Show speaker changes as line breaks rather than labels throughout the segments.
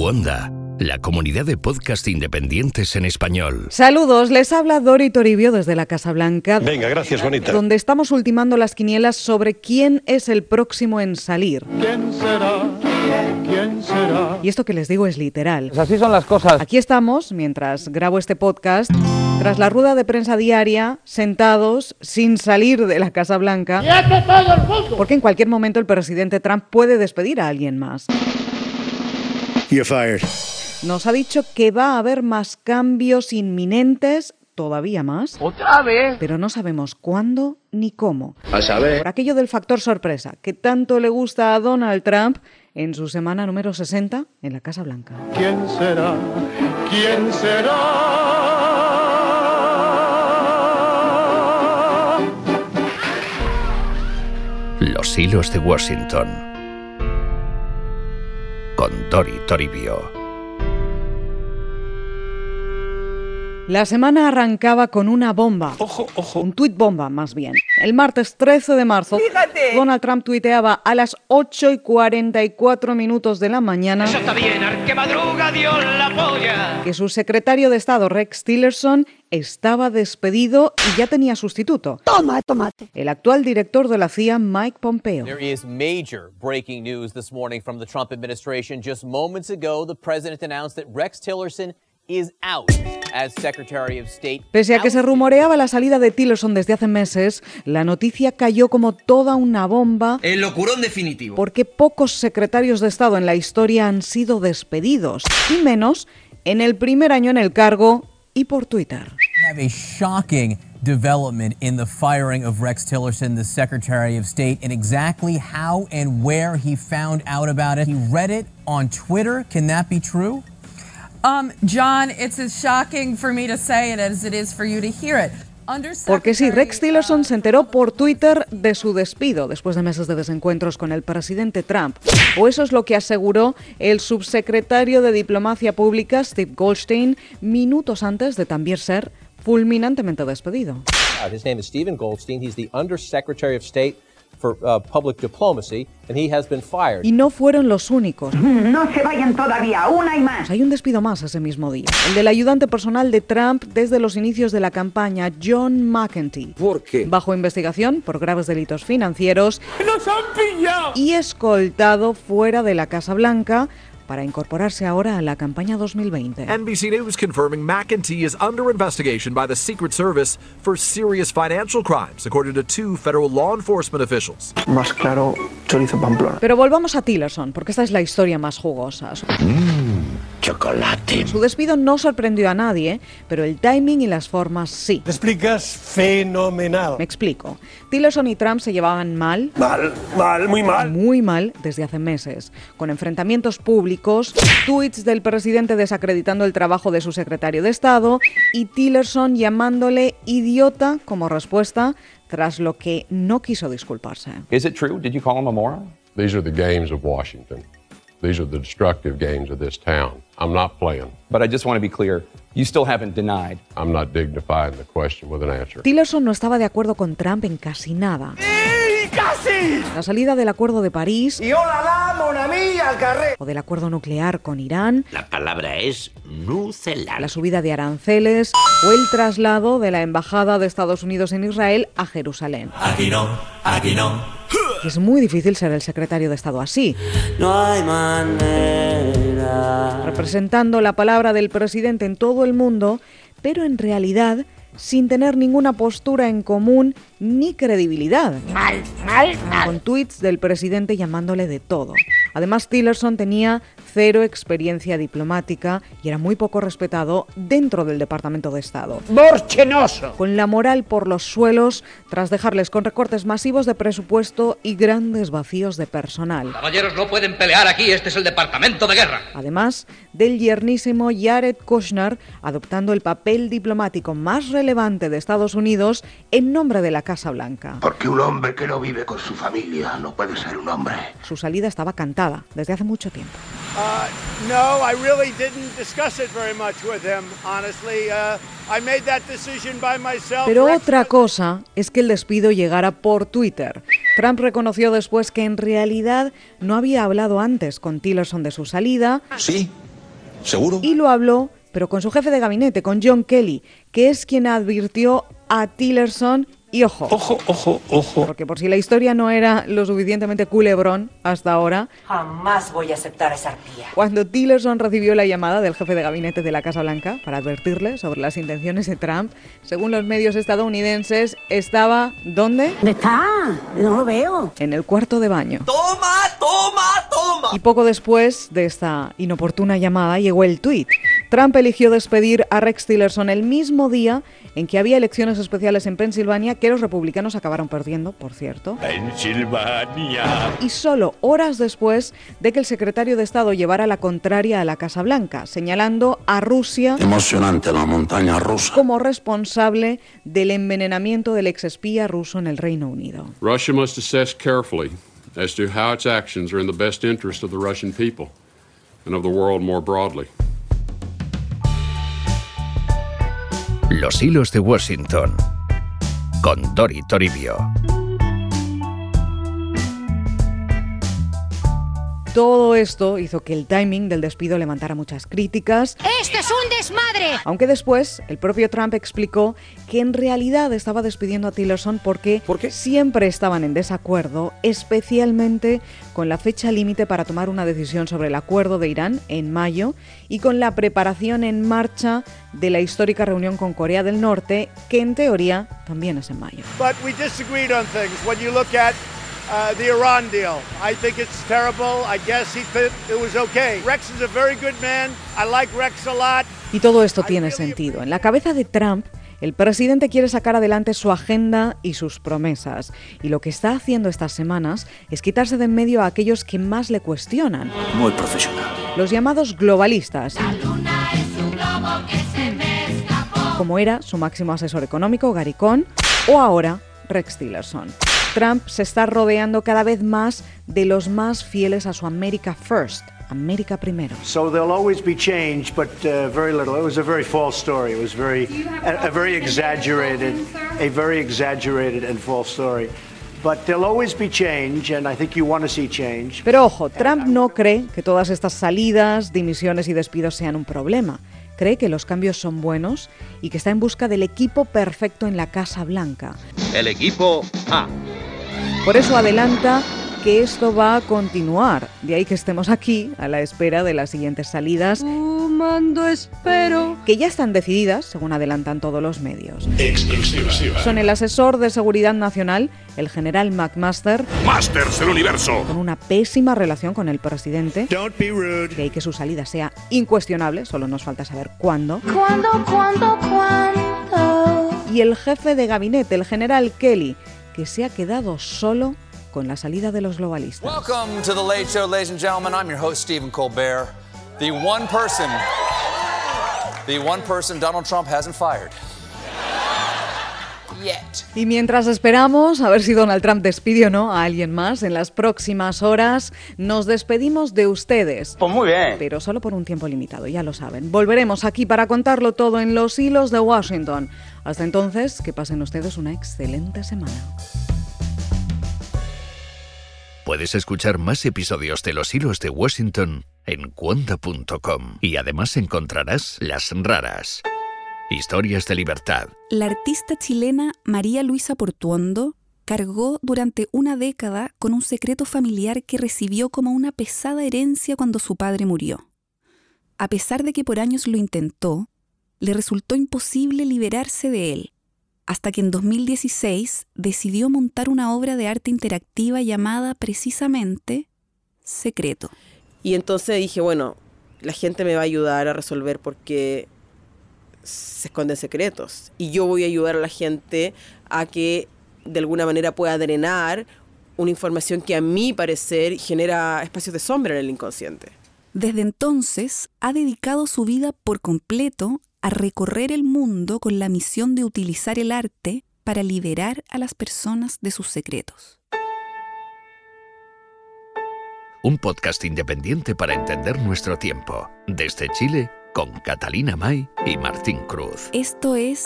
Onda, la comunidad de podcast independientes en español.
Saludos, les habla Dori Toribio desde la Casa Blanca.
Venga, gracias, bonita.
Donde estamos ultimando las quinielas sobre quién es el próximo en salir.
¿Quién será? ¿Quién será?
Y esto que les digo es literal.
Pues así son las cosas.
Aquí estamos, mientras grabo este podcast, tras la rueda de prensa diaria, sentados, sin salir de la Casa Blanca. Porque en cualquier momento el presidente Trump puede despedir a alguien más.
You're fired.
Nos ha dicho que va a haber más cambios inminentes, todavía más.
¿Otra vez?
Pero no sabemos cuándo ni cómo.
A saber.
Por aquello del factor sorpresa, que tanto le gusta a Donald Trump en su semana número 60 en la Casa Blanca.
¿Quién será? ¿Quién será?
Los hilos de Washington. Con Tori Toribio.
La semana arrancaba con una bomba.
Ojo, ojo.
Un tuit bomba, más bien. El martes 13 de marzo,
Fíjate.
Donald Trump tuiteaba a las 8 y 44 minutos de la mañana
Eso está bien, al que madruga Dios la polla.
que su secretario de Estado, Rex Tillerson, estaba despedido y ya tenía sustituto.
Toma, tomate.
El actual director de la CIA, Mike Pompeo.
There is major breaking news this morning from the Trump administration. Just moments ago, the president announced that Rex Tillerson is out as Secretary of State.
Pese a que se rumoreaba la salida de Tillerson desde hace meses, la noticia cayó como toda una bomba
El locurón definitivo.
porque pocos secretarios de Estado en la historia han sido despedidos, y menos en el primer año en el cargo y por Twitter.
We have a shocking development in the firing of Rex Tillerson, the Secretary of State, and exactly how and where he found out about it. He read it on Twitter. Can that be true?
Um, John, it's as shocking for me to say it as it is for you to hear it. uh,
Porque sí, Rex Tillerson se enteró por Twitter de su despido después de meses de desencuentros con el presidente Trump. O eso es lo que aseguró el subsecretario de Diplomacia Pública, Steve Goldstein, minutos antes de también ser fulminantemente despedido.
His name is Stephen Goldstein. He's the Undersecretary of State for uh, Public Diplomacy, and he has been fired.
Y no fueron los únicos.
No se vayan todavía, una y más.
Pues Hay un despido más ese mismo día, el del ayudante personal de Trump desde los inicios de la campaña, John McEntee.
¿Por qué?
bajo investigación por graves delitos financieros
¡Nos han pillado!
y escoltado fuera de la Casa Blanca para incorporarse ahora a la campaña 2020.
Em.
NBC News confirming McEntee is under investigation by the Secret Service for serious financial crimes, according to two federal law enforcement officials.
Más claro, chorizo pamplona.
Pero volvamos a Tillerson, porque esta es la historia más jugosa. Su-
Mm,
Chocolate.
Su despido no sorprendió a nadie, pero el timing y las formas sí.
Te explicas fenomenal.
Me explico. Tillerson y Trump se llevaban mal,
Mal, mal, muy mal.
muy mal, desde hace meses, con enfrentamientos públicos, tweets del presidente desacreditando el trabajo de su secretario de Estado y Tillerson llamándole idiota como respuesta, tras lo que no quiso disculparse.
Is it true? Did you call him a moron?
These are the games of Washington. These are the destructive games of this town. I'm not playing.
But I just want to be clear you still haven't denied.
I'm not dignifying the question with an answer.
Tillerson no estaba de acuerdo con Trump en casi nada. La salida del Acuerdo de París
Y hola, la monami al carré.
o del Acuerdo Nuclear con Irán,
La palabra es nucelar.
la subida de aranceles o el traslado de la Embajada de Estados Unidos en Israel a Jerusalén.
Aquí no, aquí no.
Es muy difícil ser el secretario de Estado así,
No hay manera.
representando la palabra del presidente en todo el mundo, pero en realidad sin tener ninguna postura en común ni credibilidad.
Mal, mal, mal.
con tweets del presidente llamándole de todo. Además, Tillerson tenía cero experiencia diplomática y era muy poco respetado dentro del Departamento de Estado.
Borchenoso.
Con la moral por los suelos, tras dejarles con recortes masivos de presupuesto y grandes vacíos de personal.
Caballeros no pueden pelear aquí. Este es el departamento de guerra.
Además del yernísimo Jared Kushner adoptando el papel diplomático más relevante de Estados Unidos en nombre de la Casa Blanca.
Porque un hombre que no vive con su familia no puede ser un hombre.
Su salida estaba cantada desde hace mucho tiempo.
Uh, no, I really didn't discuss it very much with him, honestly. Uh, I made that decision by myself.
Pero
Rex-
otra cosa es que el despido llegara por Twitter. Trump reconoció después que en realidad no había hablado antes con Tillerson de su salida
Sí,
¿Seguro? Y lo habló, pero con su jefe de gabinete, con John Kelly, que es quien advirtió a Tillerson y ojo.
Ojo, ojo, ojo.
Porque por si la historia no era lo suficientemente culebrón hasta ahora,
Jamás voy a aceptar esa arpía.
cuando Tillerson recibió la llamada del jefe de gabinete de la Casa Blanca para advertirle sobre las intenciones de Trump, según los medios estadounidenses, estaba ¿dónde? ¿Dónde está? No lo veo. En el cuarto de baño.
¡Toma, toma, toma!
Y poco después de esta inoportuna llamada llegó el tweet. Trump eligió despedir a Rex Tillerson el mismo día en que había elecciones especiales en Pensilvania que los republicanos acabaron perdiendo, por cierto.
Pensilvania.
Y solo horas después de que el secretario de Estado llevara la contraria a la Casa Blanca, señalando a Rusia
Emocionante la montaña rusa.
como responsable del envenenamiento del exespía ruso en el Reino Unido.
Russia must assess carefully as to how its actions are in the best interest of the Russian people and of the world more broadly.
Los hilos de Washington. Con Dori Toribio.
Todo esto hizo que el timing del despido levantara muchas críticas.
¡Esto Este es un desmadre!
Aunque después el propio Trump explicó que en realidad estaba despidiendo a Tillerson porque siempre estaban en desacuerdo, especialmente con la fecha límite para tomar una decisión sobre el acuerdo de Irán en mayo y con la preparación en marcha de la histórica reunión con Corea del Norte, que en teoría también es en mayo.
But we disagreed on things. When you look at uh, the Iran deal, I think it's terrible. I guess he fit, it was okay. Rex is a very good man. I like Rex a lot.
Y todo esto tiene sentido. En la cabeza de Trump, el presidente quiere sacar adelante su agenda y sus promesas. Y lo que está haciendo estas semanas es quitarse de en medio a aquellos que más le cuestionan,
Muy profesional.
los llamados globalistas, como era su máximo asesor económico, Gary Cohn, o ahora Rex Tillerson. Trump se está rodeando cada vez más de los más fieles a su America First, América primero.
So there'll always be change, but uh, very little. It was a very false story. It was very, a, a very exaggerated, a very exaggerated and false story. But there'll always be change, and I think you want to see change.
Pero ojo, Trump no cree que todas estas salidas, dimisiones y despidos sean un problema. Cree que los cambios son buenos y que está en busca del equipo perfecto en la Casa Blanca.
El equipo A.
Por eso adelanta que esto va a continuar. De ahí que estemos aquí a la espera de las siguientes salidas. espero. Que ya están decididas, según adelantan todos los medios.
Exclusiva.
Son el asesor de seguridad nacional, el general McMaster,
Masters del Universo.
con una pésima relación con el presidente. De ahí que su salida sea incuestionable, solo nos falta saber cuándo.
¿Cuándo, cuándo, cuándo?
Y el jefe de gabinete, el general Kelly, que se ha quedado solo con la salida de los globalistas.
Welcome to the Late Show, ladies and gentlemen. I'm your host, Stephen Colbert. The one person, the one person Donald Trump hasn't fired. Yet.
Y mientras esperamos a ver si Donald Trump despide o no a alguien más en las próximas horas, nos despedimos de ustedes.
Pues muy bien.
Pero solo por un tiempo limitado, ya lo saben. Volveremos aquí para contarlo todo en los hilos de Washington. Hasta entonces, que pasen ustedes una excelente semana.
Puedes escuchar más episodios de Los Hilos de Washington en cuonda.com y además encontrarás Las Raras. Historias de libertad.
La artista chilena María Luisa Portuondo cargó durante una década con un secreto familiar que recibió como una pesada herencia cuando su padre murió. A pesar de que por años lo intentó, le resultó imposible liberarse de él, hasta que en 2016 decidió montar una obra de arte interactiva llamada precisamente Secreto.
Y entonces dije, bueno, la gente me va a ayudar a resolver porque se esconden secretos. Y yo voy a ayudar a la gente a que de alguna manera pueda drenar una información que a mi parecer genera espacios de sombra en el inconsciente.
Desde entonces ha dedicado su vida por completo a recorrer el mundo con la misión de utilizar el arte para liberar a las personas de sus secretos.
Un podcast independiente para entender nuestro tiempo. Desde Chile, con Catalina May y Martín Cruz.
Esto es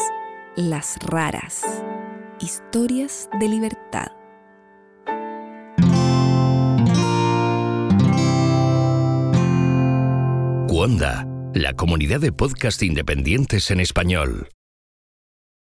Las Raras, historias de libertad.
Cuonda la comunidad de podcast independientes en español.